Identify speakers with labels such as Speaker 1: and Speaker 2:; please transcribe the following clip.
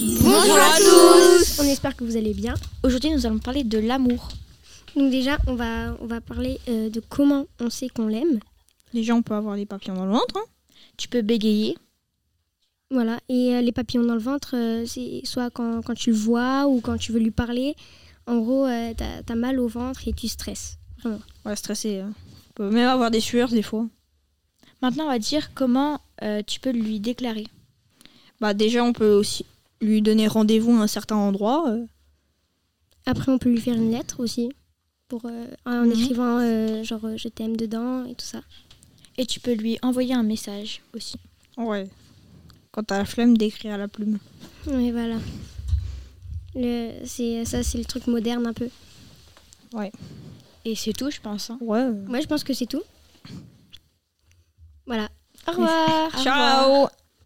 Speaker 1: Bonjour à tous
Speaker 2: On espère que vous allez bien. Aujourd'hui, nous allons parler de l'amour.
Speaker 3: Donc déjà, on va, on va parler euh, de comment on sait qu'on l'aime.
Speaker 1: Déjà, on peut avoir les papillons dans le ventre. hein.
Speaker 2: Tu peux bégayer.
Speaker 3: Voilà. Et euh, les papillons dans le ventre, euh, c'est soit quand, quand tu le vois ou quand tu veux lui parler. En gros, euh, t'as t'as mal au ventre et tu stresses.
Speaker 1: Ouais, stressé. euh. On peut même avoir des sueurs des fois.
Speaker 2: Maintenant, on va dire comment euh, tu peux lui déclarer.
Speaker 1: Bah déjà, on peut aussi lui donner rendez-vous à un certain endroit. euh.
Speaker 3: Après, on peut lui faire une lettre aussi. Pour, euh, en
Speaker 1: Mhm.
Speaker 3: écrivant euh, genre euh, je t'aime dedans et tout ça.
Speaker 2: Et tu peux lui envoyer un message aussi.
Speaker 1: Ouais. Quand t'as la flemme d'écrire à la plume.
Speaker 3: Et voilà. Le, c'est- ça, c'est le truc moderne un peu.
Speaker 2: Et c'est tout, je pense. hein.
Speaker 1: Ouais.
Speaker 3: Moi, je pense que c'est tout. Voilà. Au revoir.
Speaker 2: Au revoir.
Speaker 1: Ciao